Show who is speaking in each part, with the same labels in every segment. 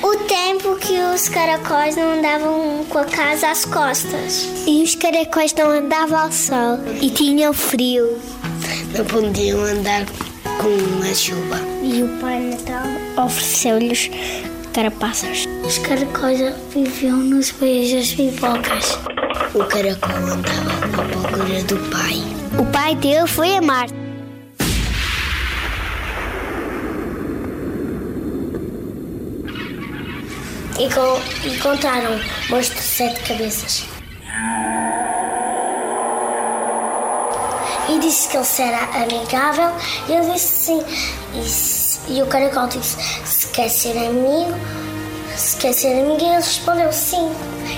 Speaker 1: O tempo que os caracóis não andavam com a casa às costas. E os caracóis não andavam ao sol. E tinham frio.
Speaker 2: não podiam andar com a chuva.
Speaker 1: E o Pai Natal ofereceu-lhes carapaças. Os caracóis viviam nos beijos e bocas.
Speaker 2: O caracol andava à procura do pai.
Speaker 1: O pai dele foi a Marte. E, con- e contaram um monstro de sete cabeças. E disse que ele se era amigável. E ele disse sim. E, se- e o caracol disse: se quer ser amigo, se quer ser amigo. E ele respondeu sim.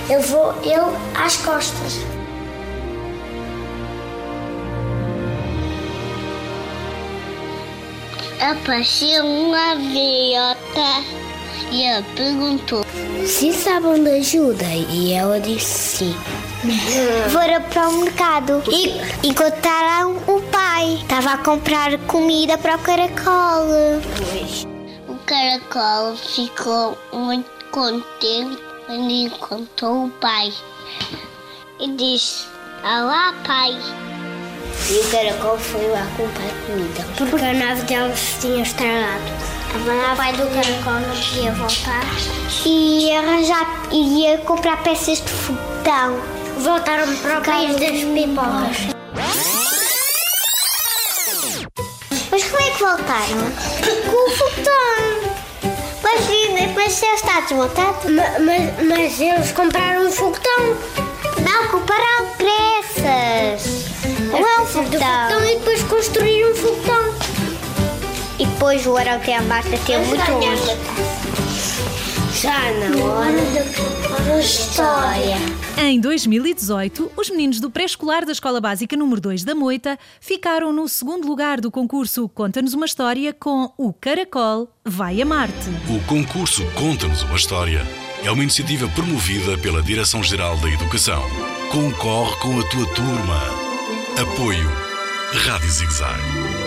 Speaker 1: Ele levou ele às costas. Apareceu uma viota e ele perguntou: Precisavam de ajuda? E ela disse sim. Foram para o mercado e encontraram o pai. Estava a comprar comida para o caracol.
Speaker 3: O caracol ficou muito contente quando encontrou o pai. E disse: Olá, pai.
Speaker 1: E o caracol foi lá comprar comida. Porque a nave dela se tinha estragado. A pai do caracol não podia voltar. E ia arranjar, e ia comprar peças de fogão. Voltaram para o país das pipocas. Mas como é que voltaram? Com o fogão. Mas, mas já está desmontado? Mas, mas eles compraram um fogão. Não, compraram pressas. Não é um fogão. E depois construíram um fogão. E depois o Arauquia Marta teve É muito longe. Já na hora da história.
Speaker 4: Em 2018, os meninos do pré-escolar da Escola Básica número 2 da Moita ficaram no segundo lugar do concurso Conta-nos uma história com O Caracol Vai a Marte.
Speaker 5: O concurso Conta-nos uma história é uma iniciativa promovida pela Direção-Geral da Educação. Concorre com a tua turma. Apoio Rádio Zigzag.